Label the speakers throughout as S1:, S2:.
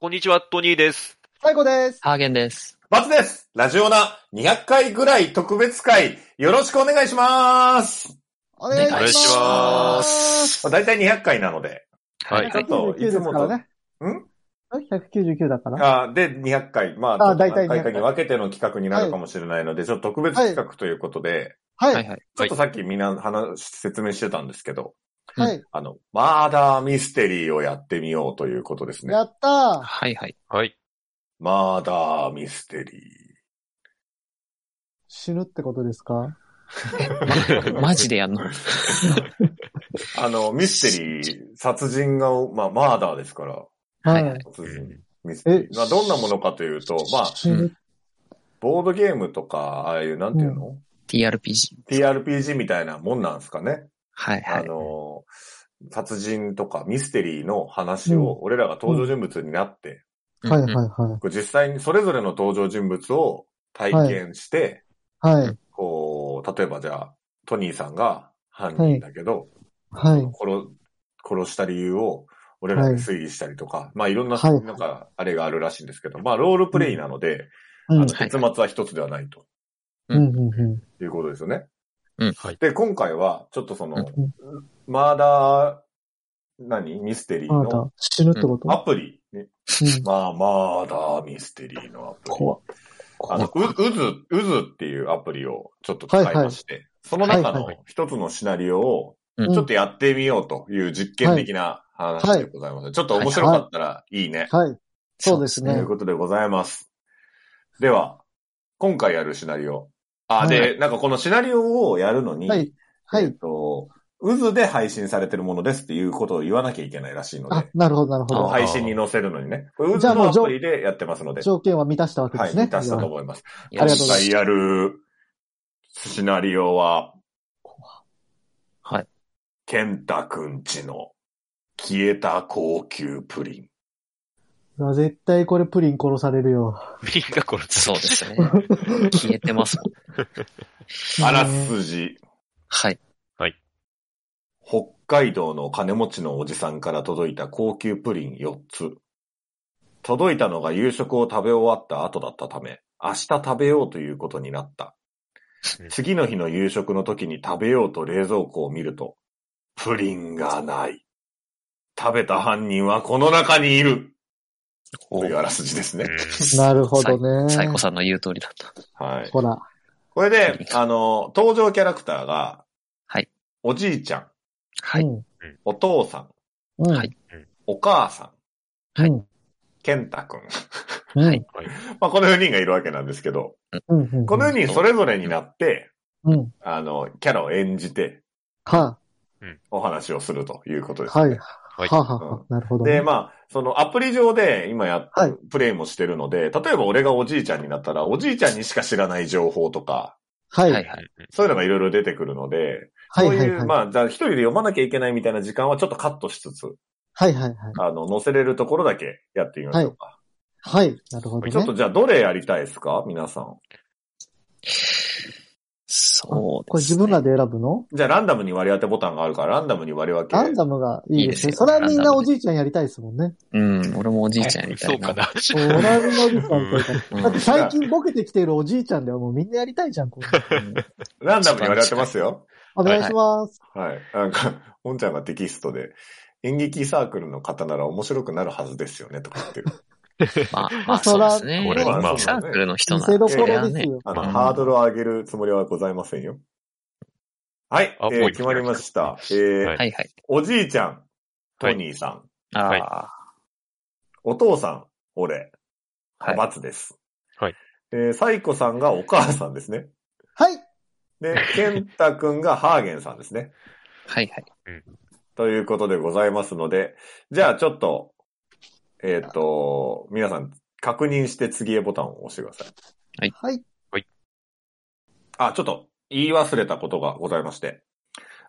S1: こんにちは、トニーです。
S2: 最後です。
S3: ハーゲンです。
S4: バツですラジオナ200回ぐらい特別会、よろしくお願いします
S2: お願いし
S3: お
S2: ま
S3: 願い
S2: す。
S3: し
S1: ます
S4: まあ大体200回なので。
S1: はい。
S4: ちょっと
S2: 199ですからね。
S4: ん
S2: え ?199 だから。
S4: あーで、200回、まあ、
S2: あー大体200
S4: 何回かに分けての企画になるかもしれないので、ちょっと特別企画ということで、
S2: は。
S3: はいいはい。
S4: ちょっとさっきみんな話、説明してたんですけど、
S3: はい
S2: はい。
S4: あの、マーダーミステリーをやってみようということですね
S2: や。ったー。
S3: はいはい。
S1: はい。
S4: マーダーミステリー。
S2: 死ぬってことですか。
S3: マジでやんの
S4: あの、ミステリー、殺人が、まあ、マーダーですから、
S3: はいはい
S4: 殺人ミステリー。
S2: え
S4: まあ、どんなものかというと、まあ、
S2: 死ぬ。
S4: ボードゲームとか、ああいう、なんていうの、
S3: ?TRPG。
S4: ?TRPG みたいなもんなんですかね。
S3: はいは
S4: あ
S3: い。
S4: の、殺人とかミステリーの話を、俺らが登場人物になって、
S2: はい
S3: うんうん
S2: は
S4: こう実際にそれぞれの登場人物を体験して、
S2: いはい。はい。
S4: こう、例えばじゃあ、トニーさんが犯人だけど、
S2: はい。
S4: 殺、殺した理由を、俺らで推理したりとか、まあいろんな、
S2: はい
S4: なんか、あれがあるらしいんですけど、まあロールプレイなので、
S2: う
S4: あ
S2: ん
S4: の、。結末は一つではないと
S2: うんうんうん。
S4: いうことですよね。
S1: はい。
S4: で、今回は、ちょっとその、
S2: うん
S4: マーダー、何ミステリー
S2: あな
S4: の
S2: た、死ぬってこと
S4: アプリ。ね
S2: うん
S4: まあ、マーダーミステリーのアプリ。
S2: 怖っ
S4: あの、う、うず、うずっていうアプリをちょっと使いまして、その中の
S1: はい
S4: 一つのシナリオを、
S3: うん
S4: ちょっとやってみようという実験的な話でございます。ちょっと面白かったらいいね。
S2: はい。そうです
S4: とい
S2: ね
S4: う。ことでございます。では、今回やるシナリオ。あ、
S2: は
S4: で、なんかこのシナリオをやるのに、
S2: はい。は
S4: えっ
S2: い。
S4: と、渦で配信されてるものですっていうことを言わなきゃいけないらしいの
S2: あ
S4: で、、
S2: なるほどなるほ
S4: こう
S2: ど。
S4: 配信に載せるのにね。これ
S2: じゃあ
S4: 渦
S2: もう
S4: のア
S2: じょ
S4: プリでやってますので、
S2: 条件は満たしたわけで
S4: はい、
S2: すね。
S4: 満たしたと思います。
S2: ありがとうござ
S4: 今
S2: います
S4: 回やるシナリオは、
S3: はい。
S4: ケンタくんちの消えた高級プリン。
S2: うわ絶対これプリン殺されるよ。
S1: みんなこれ、
S3: そうですね。消えてますもん。
S4: あら
S2: うん
S4: すじ、
S3: はい。
S4: 北海道の金持ちのおじさんから届いた高級プリン4つ。届いたのが夕食を食べ終わった後だったため、明日食べようということになった
S1: うん。
S4: 次の日の夕食の時に食べようと冷蔵庫を見ると、プリンがない。食べた犯人はこの中にいるというあらすじですね。
S2: なるほどね。
S3: サイコさんの言う通りだった。
S4: はい。
S2: ほら。
S4: これで、あの、登場キャラクターが、
S3: はい。
S4: おじいちゃん、
S3: はい。
S2: うん。
S4: お父さん、
S2: うん
S3: はい。
S4: お母さん、
S2: はい。
S4: ケンタくん。
S2: はい。
S4: まあ、この4人がいるわけなんですけど、
S2: うんうん。
S4: この4人それぞれになって、
S2: うん。
S4: あの、キャラを演じて、
S2: は、
S4: お話をするということです、ね。
S2: はい。
S4: はい。
S2: ははは。なるほど。
S4: で、まあ、そのアプリ上で今やっ、
S2: はい
S4: プレイもしてるので、例えば俺がおじいちゃんになったら、おじいちゃんにしか知らない情報とか、
S2: は。
S3: はいいは
S2: はい。
S3: い。
S4: そういうのがいろいろ出てくるので、
S2: はい。はい。
S4: そういう、まあ、じゃあ一人で読まなきゃいけないみたいな時間はちょっとカットしつつ、
S2: はい。はい。
S4: あの、載せれるところだけやってみましょうか。
S2: はい。なるほどね。
S4: ちょっとじゃあ、どれやりたいですか皆さん。
S3: そうですね。
S2: これ自分らで選ぶの
S4: じゃあ、ランダムに割り当てボタンがあるから、ランダムに割り分け。
S2: ランダムがいいです
S3: いいです
S2: ね。
S3: よ
S2: それはみんなおじいちゃんやりたいですもんね。
S3: うん、俺もおじいちゃんやりた
S1: そ
S3: いう
S1: か
S3: な。
S1: な。
S2: それ はみんなおじいちゃんやりたいか
S3: うん
S2: ら。だって最近ボケてきているおじいちゃんではもうみんなやりたいじゃん、こ れ
S3: うん
S4: ランダムに割り当てますよ。
S2: お願いします。
S4: はい。なんか、もんちゃんがテキストで、演劇サークルの方なら面白くなるはずですよね、とか言ってる。
S3: まあ、 まあ、そうですね。
S1: これはまあ
S3: サークルの人
S2: 見
S3: な
S2: せ
S3: ん
S2: ど
S3: で、
S2: こ
S3: そりゃ
S2: ろで
S3: ね
S2: す。よ。
S4: あの、
S3: まあ
S4: ハードルを上げるつもりはございませんよ。はい。
S1: あ
S4: えー
S1: もう
S4: 決まりました。えー
S1: はい
S3: はいはい。
S4: おじいちゃん、トニーさん。
S3: あ
S1: はい
S3: あ、
S4: お父さん、俺。
S3: はい
S4: バツです。
S1: はい。
S4: えーサイコさんがお母さんですね。
S2: はい。
S4: で、ケンタくんがハーゲンさんですね。
S3: はいはい。
S4: ということでございますので、じゃあちょっと、えっ、と、皆さん確認して次へボタンを押してください。
S2: はい。
S4: あ、ちょっと言い忘れたことがございまして。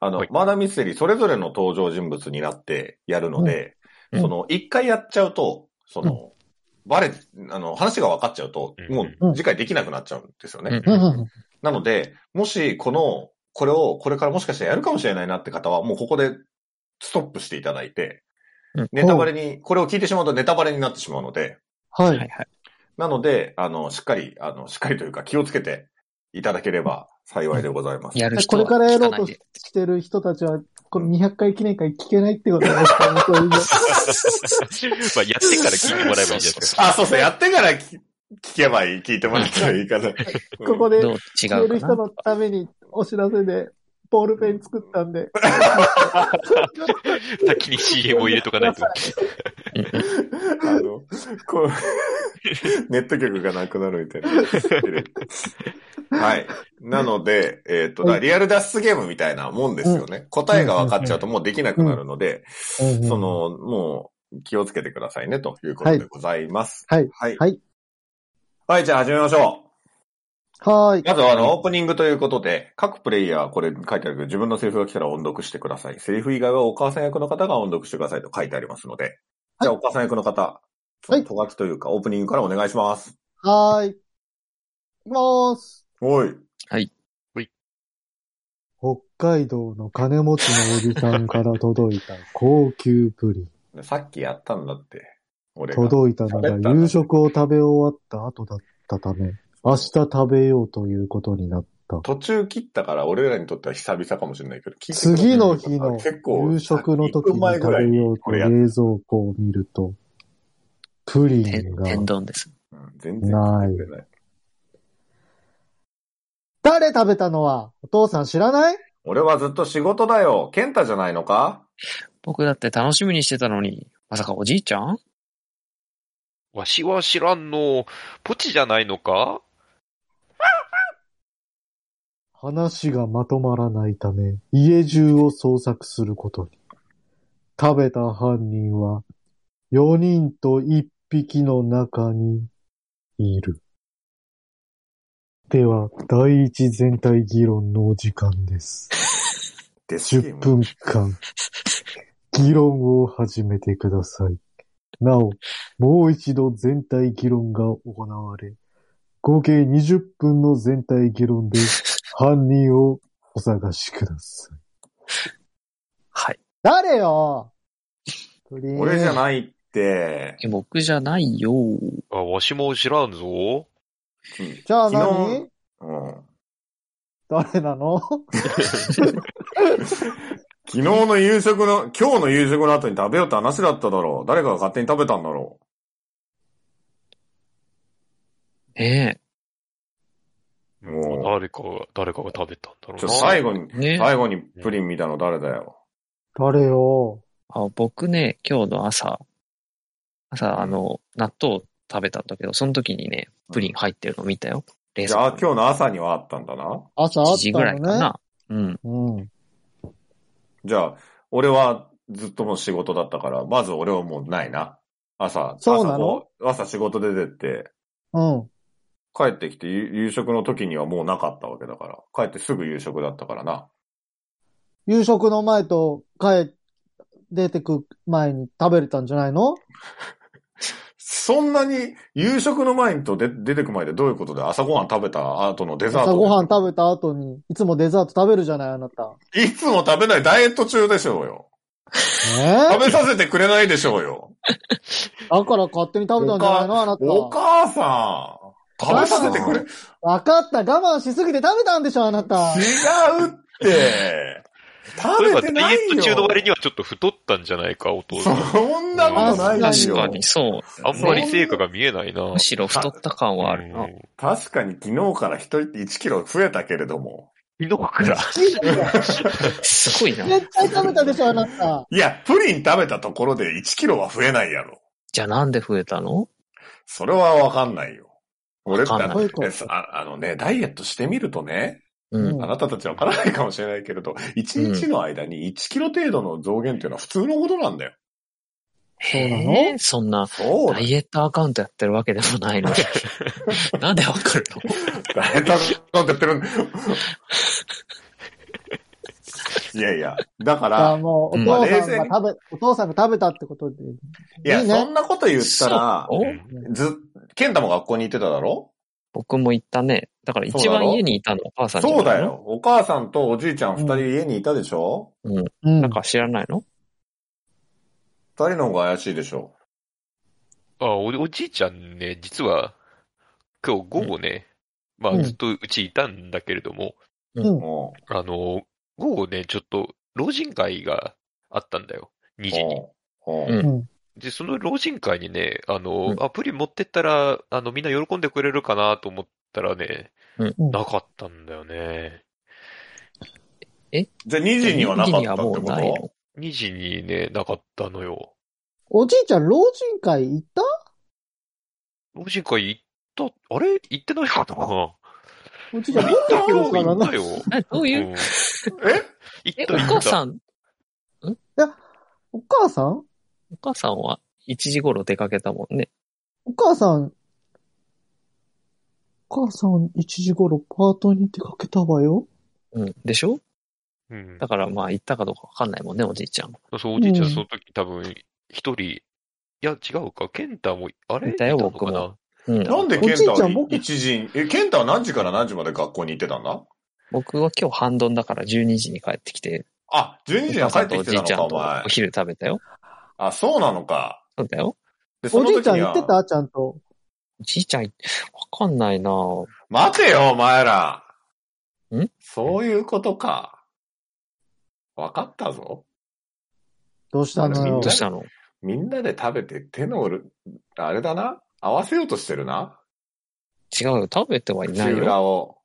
S4: あの、
S1: はい
S4: マーダーミステリーそれぞれの登場人物になってやるので、
S3: うん
S4: その、一回やっちゃうと、その、バレ、あの、話が分かっちゃうと、
S1: うん
S4: もう次回できなくなっちゃうんですよね。
S3: うん
S2: うんうん
S4: なので、もし、この、これを、これからもしかしたらやるかもしれないなって方は、もうここでストップしていただいて、ネタバレに、これを聞いてしまうとネタバレになってしまうので、
S2: は。
S3: はいはいい。
S4: なので、あの、しっかり、あの、しっかりというか気をつけていただければ幸いでございます。
S3: やる
S2: こ
S3: 人は
S2: れからやろう
S3: 聞
S2: と
S3: かないで
S2: してる人たちは、この200回記念会聞けないってことですかねそういうの
S1: まあ、やってから聞いてもらえばいいじゃないですか。
S4: あ、そうそう、やってからき聞けばいい、聞いてもらったらいいかな。
S2: ここで
S3: どう
S2: 聞け
S3: 違
S2: る
S3: うか
S2: 人
S3: な
S2: のためにお知らせで、ボールペン作ったんで。
S1: 先に CM を入れとかないと。
S4: あの、こう、 ネット局がなくなるみたいな。はい。なので、えっ、と、だからリアル脱出ゲームみたいなもんですよね。答えが分かっちゃうともうできなくなるので、その、もう気をつけてくださいね、ということでございます。
S2: はい。
S4: はい。
S2: はい。
S4: はい、じゃあ始めましょ。。
S2: はーいう
S4: まずはあの、オープニングということで、各プレイヤー、これ書いてあるけど、自分のセリフが来たら音読してください。セリフ以外はお母さん役の方が音読してくださいと書いてありますので、じゃあお母さん役の方、
S2: はい
S4: とがきというか、オープニングからお願いします。
S2: はーい。いきまーす。
S4: おい。
S2: 北海道の金持ちのおじさんから届いた高級プ リン。
S4: さっきやったんだって。俺が。
S2: 届いたのが夕食を食べ終わった後だったため、明日食べようということになった。
S4: 途中切ったから、俺らにとっては久々かもしれないけど、聞いてくれて
S2: 次
S4: る
S2: の日の
S4: 結構
S2: 夕食の時
S4: 1分
S2: に
S4: 前ぐ
S2: 食
S4: らい
S2: べよ
S4: に
S2: うと
S4: これやっ
S2: 冷蔵庫を見ると、プリン
S3: 天
S2: が、
S3: 天丼です。
S4: うん全然聞いてくれない。
S2: 誰食べたのはお父さん知らない
S4: 俺はずっと仕事だよ。健太じゃないのか
S3: 僕だって楽しみにしてたのに、まさかおじいちゃん
S5: わしは知らんの。ポチじゃないのか
S2: 話がまとまらないため、家中を捜索することに。食べた犯人は、4人と1匹の中に、いる。では、第一全体議論のお時間です。
S4: デスゲ
S2: 10
S4: ー
S2: 分
S4: ム
S2: 間、議論を始めてください。なお、もう一度全体議論が行われ、合計20分の全体議論で犯人をお探しください。
S3: はい。
S2: 誰よ俺
S4: 俺じゃ
S2: い。
S4: ないって。
S3: え僕じゃないよ。
S5: あ、わしも知らんぞ。
S2: じゃあ
S4: 昨日
S2: 何
S4: うん
S2: 誰なの
S4: 昨日の夕食の、今日の夕食の後に食べようって話だっただろう。誰かが勝手に食べたんだろ
S3: え
S4: う。も
S5: 誰かが、誰かが食べたんだろ
S4: う、ち
S5: う
S4: ょ、
S5: な。
S4: 最後に、
S3: えねえ。
S4: 最後にプリン見たの誰だよ。
S2: 誰よ
S3: あ、僕ね、今日の朝、朝、あの、納豆食べたんだけど、その時にね、プリン入ってるの見たよ。冷
S4: じゃあ、
S3: 蔵庫
S4: 今日の朝にはあったんだな。
S2: 朝あ
S3: 1
S2: っ
S3: 時
S2: た
S3: ぐら
S2: の
S3: い
S2: ね。
S3: かな。うん。
S2: うん。
S4: じゃあ、俺はずっともう仕事だったから、まず俺はもうないな。朝、
S2: そうなの
S4: 朝も朝仕事出てって、
S2: うん。
S4: 帰ってきて夕夕食の時にはもうなかったわけだから。帰ってすぐ夕食だったからな。
S2: 夕食の前と帰、出てく前に食べれたんじゃないの
S4: そんなに夕食の前とで出てく前でどういうことで朝ごはん食べた後のデザート
S2: 朝ごはん食べた後に、いつもデザート食べるじゃない、あなた。
S4: いつも食べないダイエット中でしょうよ。
S2: え
S4: 食べさせてくれないでしょうよ。
S2: だから勝手に食べたんじゃないのあなた。
S4: お母さん。食べさせてくれ、違
S2: わかった。我慢しすぎて食べたんでしょ、あなた。
S4: うっ
S5: そう
S4: て。
S5: いえ
S4: 食べ
S5: ば
S4: て
S5: ダ
S4: な
S5: イエ
S4: い
S5: ット
S4: よ。
S5: 中の割にはちょっと太ったんじゃないか、お父さん。
S4: そんなことないよ。
S3: 確かに、そう。
S5: あんまり成果が見えないな。
S3: むしろ太った感はあるな。
S5: うん
S4: 確かに昨日から一人1キロ増えたけれども。
S5: 昨日から。
S3: すごいな。
S2: 絶対食べたでしょ、あな た。
S4: いや、プリン食べたところで1キロは増えないやろ。
S3: じゃあなんで増えたの
S4: それはわかんないよ。俺って
S3: わかん
S2: ない
S4: あのえああのね、ダイエットしてみるとね、
S3: うん。
S4: あなたたちはわからないかもしれないけれど、1日の間に1キロ程度の増減っていうのは普通のことなんだよ。
S2: そうなの
S3: えーそんな、
S4: そう
S3: ダイエットアカウントやってるわけでもないの に。なんでわかるの
S4: ダイエットなんてやってるんいやいや、だか
S2: じゃあ
S4: ら、
S2: もう、お
S3: うん
S2: 父さ
S4: まあ冷
S2: んが食べ、お父さんが食べたってことで。
S4: いや、
S2: いいね
S4: そんなこと言ったら、
S3: お
S4: ず、ケンタも学校に行ってただろ
S3: 僕も行ったね。だから一
S4: そうだ
S3: 番
S4: ろ
S3: 家にいたのお母さんじゃない
S4: そう
S3: の
S4: だ。よ。お母さんとおじいちゃん二
S2: う
S4: 人家にいたでしょ、
S2: うん
S3: なんか知らないの
S4: 二人の方が怪しいでしょ
S5: あ、お、おじいちゃんね、実は、今日午後ね、ま
S6: う
S5: あ
S6: ん
S5: ずっとうちいたんだけれども、
S4: う。も
S5: あの、午後ね、ちょっと老人会があったんだよ。2
S4: う
S5: 時に。
S4: ん。
S3: う
S4: うんん。
S6: うん。
S5: で、その老人会にね、あの、
S3: うん
S5: あ、プリン持ってったら、あの、みんな喜んでくれるかなと思ったらね、
S3: うん
S6: うん
S5: なかったんだよね。
S4: じゃあ2時にはなかったって
S3: もう
S4: こ
S3: ないの
S4: と
S5: 2時にね、なかったのよ。
S2: おじいちゃん、老人会行った
S5: 老人会行った、あれ行ってないかな行
S2: おじいち ゃん、僕行ってるから
S5: 行っ
S2: な
S5: た。よ。
S3: えどう
S5: う
S3: い
S5: ん行
S3: う、え
S5: っ、
S3: お
S5: た、行
S3: 母
S5: った。
S3: さん、
S2: お母さん
S3: お母さんは1時頃出かけたもんね。
S2: お母さん、お母さん1時頃パートに出かけたわよ。
S3: うん。でしょ
S5: うん
S3: だ。からまあ行ったかどうかわかんないもんね、おじいちゃん。
S5: そう、おじいちゃ
S2: うんん
S5: その時多分、一人、いや、違うか、ケンタも、あれ
S3: いたよ
S5: いのかな
S3: 僕うん。
S4: なんでケンタ
S2: おじいちゃ
S4: は
S2: ん僕
S4: 1時に、え、ケンタは何時から何時まで学校に行ってたんだ
S3: 僕は今日半ドンだから12時に帰ってきて、
S4: あ、12時には帰って
S3: お
S4: き
S3: じ
S4: て
S3: い
S4: たの
S3: ちゃ
S4: か、
S3: ん
S4: お
S3: と
S4: 前
S3: お。昼食べたよ。
S4: あ、そうなのか。
S3: そうだよ。
S4: で、そ
S2: お
S4: の
S2: じいち
S4: 時
S2: ゃん
S4: に
S2: 行
S4: は
S2: ってたちゃんと。
S3: おじいちゃん、わかんないなぁ
S4: 待てよ、お前ら。
S3: ん
S4: そういうことか。分かったぞ。
S2: どうしたの
S4: あれみん
S2: よ
S3: どう
S4: な。
S3: したの
S4: みんなで食べて手のる、あれだな合わせようとしてるな
S3: 違うよ。食べてはい
S4: 口
S3: ないよ。
S4: 裏を。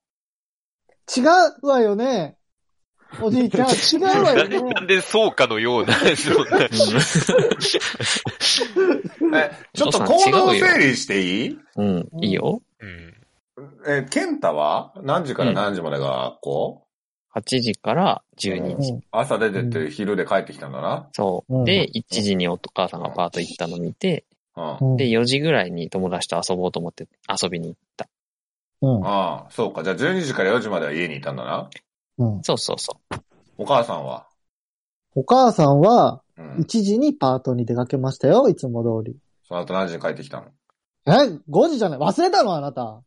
S2: 違うわよね。おじい ちゃん、違うわよね
S5: な。んでそうかの ような、そんな。
S4: え、ちょっと
S3: お父さ
S4: 行
S3: ん
S4: 動
S3: 違うよ
S4: 整理していい
S3: うん。いいよ。
S5: うん。
S4: え、ケンタは何時から何時までが学校、
S3: 8時から12時。
S2: うん
S4: 朝出てって昼で帰ってきたんだな。
S3: そうう。
S6: ん
S3: で、1時にお母さんがパート行ったの見て、
S4: うん。
S6: うん
S3: で、4時ぐらいに友達と遊ぼうと思って遊びに行った。
S6: うん。
S4: ああ、そうか。じゃあ12時から4時までは家にいたんだな。
S6: うん。
S3: そうそうそ
S4: お母さんは。
S2: お母さんは
S4: うん
S2: 1。時にパートに出かけましたよ、いつも通り。
S4: その後何時に帰ってきたの
S2: え、5時じゃない忘れたのあなた。
S3: う。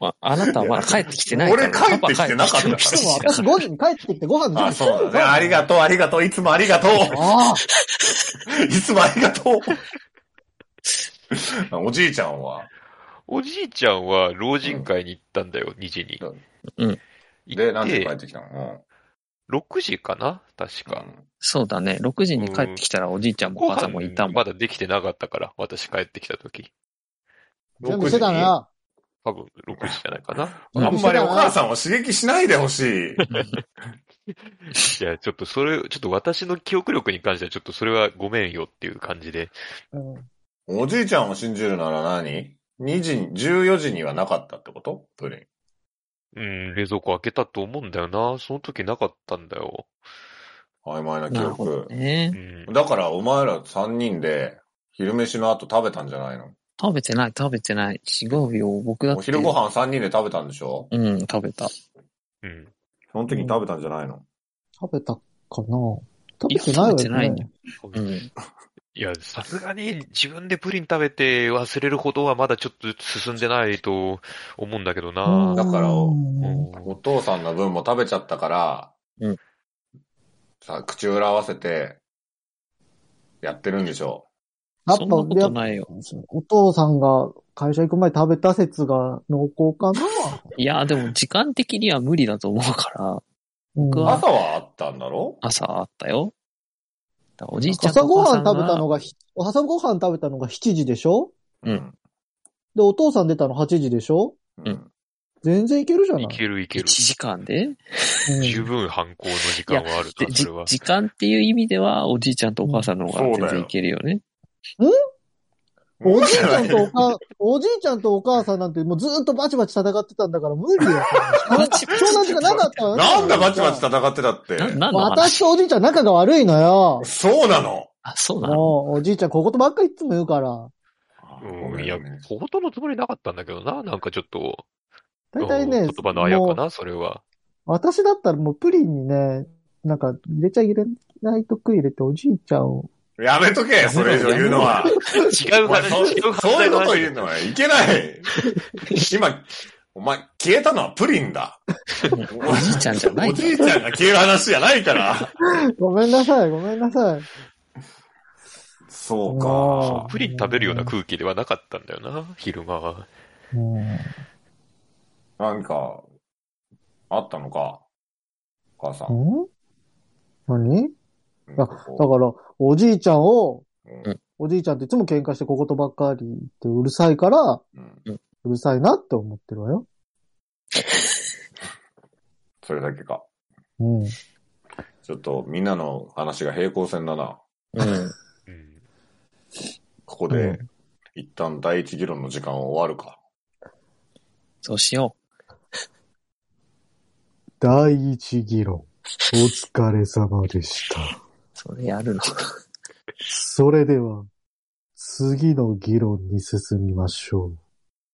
S3: まあ、あなたはまだ帰ってきてない
S4: 俺帰ってきてなかったか
S3: パパ帰
S4: ら
S2: で
S3: って
S2: も
S3: きてな
S2: 私
S3: い
S2: 5時に帰ってきてご飯準備
S4: ああ、
S2: してる
S4: そう
S2: か
S4: だね。
S2: ら
S4: ありがとう、ありがとう。いつもありがとう。
S2: ああ、
S4: いつもありがとう。おじいちゃんは、
S5: おじいちゃんは老人会に行ったんだよ、2時に。
S3: うん
S4: で、
S5: 行っ、
S4: 何時に帰っててきたの
S5: 6時かな確
S4: うんう
S5: か。
S4: ん。
S3: そうだね。6時に帰ってきたらおじいちゃんもお
S5: ご
S3: 母さ
S5: 飯
S3: んもいたもん。
S5: まだできてなかったから、私帰ってきた時。
S2: 準備してたのよ。
S5: 多分6時じゃないかな。
S4: あんまりお母さんを刺激しないでほし い。
S5: いや、ちょっとそれ、ちょっと私の記憶力に関してはちょっとそれはごめんよっていう感じで。
S2: うん
S4: おじいちゃんを信じるなら何 ?2 時に、14時にはなかったってことプリン。
S5: うん、冷蔵庫開けたと思うんだよな。その時なかったんだよ。
S4: 曖昧な記
S3: なるほど
S4: 憶。
S3: ね
S5: う。ん。
S4: だからお前ら3人で昼飯の後食べたんじゃないの
S3: 食べてない、食べてない。違うよ。僕だって。
S4: お昼ご飯3人で食べたんでしょ
S3: うん、食べた。
S5: うん。
S4: その時に食べたんじゃないの、
S2: 食べたかな食べてない
S3: いや食べてな
S2: わ
S3: い
S2: よ
S3: ん
S2: ね
S3: だ。うん。
S5: いや、さすがに自分でプリン食べて忘れるほどはまだちょっと進んでないと思うんだけど
S2: うん
S5: な。
S4: だから
S2: うん
S5: うん
S4: お父さんの分も食べちゃったから、
S3: うん
S4: さあ、口裏合わせて、やってるんでしょ
S2: やっ
S3: そんなこ
S2: ぱ、や
S3: と
S2: っぱ
S3: ないよ。
S2: お父さんが会社行く前に食べた説が濃厚かな、
S3: いや、でも時間的には無理だと思うから、
S2: うん
S3: 僕
S4: う。
S3: は
S4: 朝はあったんだろ
S3: 朝あったよ。だからおじいちゃん
S2: 朝
S3: と
S2: ご
S3: お母
S2: は
S3: さん
S2: ん
S3: が
S2: 食べたのが、ひ朝ごはん食べたのが7時でしょ
S3: うん。
S2: で、お父さん出たの8時でしょ
S4: う
S3: うん
S4: ん。
S2: 全然いけるじゃない
S5: いけるいけ
S3: 1
S5: る。
S3: 時間で
S5: 十
S2: うん
S5: 分反抗の時間はある
S3: で
S5: な、
S3: じ
S5: それは。
S3: 時間っていう意味では、おじいちゃんとお母さんの方が
S4: そう
S3: 全
S4: だよ
S3: 然いけるよね。
S2: おじいちゃんとお
S4: よ
S2: 母、おじいちゃんとお母さんなんてもうずーっとバチバチ戦ってたんだから無理よ。
S3: バチバチ
S2: 湘南時間なかっ たわよ
S4: なんだバチバチ戦ってたって。
S3: な、なんの話
S2: 私とおじいちゃん仲が悪いのよ。
S4: そうなの
S3: あ、そうなの
S2: もう、おじいちゃんこういうことばっかりいつも言うから。
S5: うん、いや、ほどのつもりなかったんだけどな。なんかちょっと、
S2: 大体ね、
S5: うん言葉のあやか
S2: もう
S5: な、それは。
S2: 私だったらもうプリンにね、なんか入れちゃいけないとこ入れておじいちゃんを。
S4: やめとけ、それ以上言うのは。
S5: 違う
S4: お前
S5: 話、
S4: そう
S5: 違う話。
S4: そういうこと言うのはいけない。今、お前、消えたのはプリンだ。
S3: うんおじいちゃんじゃない
S4: おじいちゃんが消える話じゃないから。
S2: ごめんなさい、ごめんなさい。
S4: そう
S7: あ
S4: か
S7: ー。
S5: プリン食べるような空気ではなかったんだよな、昼間は。
S7: うん。
S4: なんか、あったのか。お母さん。
S7: ん何
S4: うん
S7: あ、だから、おじいちゃんを、おじいちゃんといつも喧嘩して小言ばっかり言ってうるさいから、
S4: うん
S7: うるさいなって思ってるわよ。
S4: それだけか。
S7: うん。
S4: ちょっとみんなの話が平行線だな。
S3: うん。
S5: うん。
S4: ここ
S7: う
S4: で、一旦第一議論の時間を終わるか。
S3: そうしよ
S2: 第一議論。お疲れ様でした。
S3: う。それやるの。
S2: それでは、次の議論に進みましょう。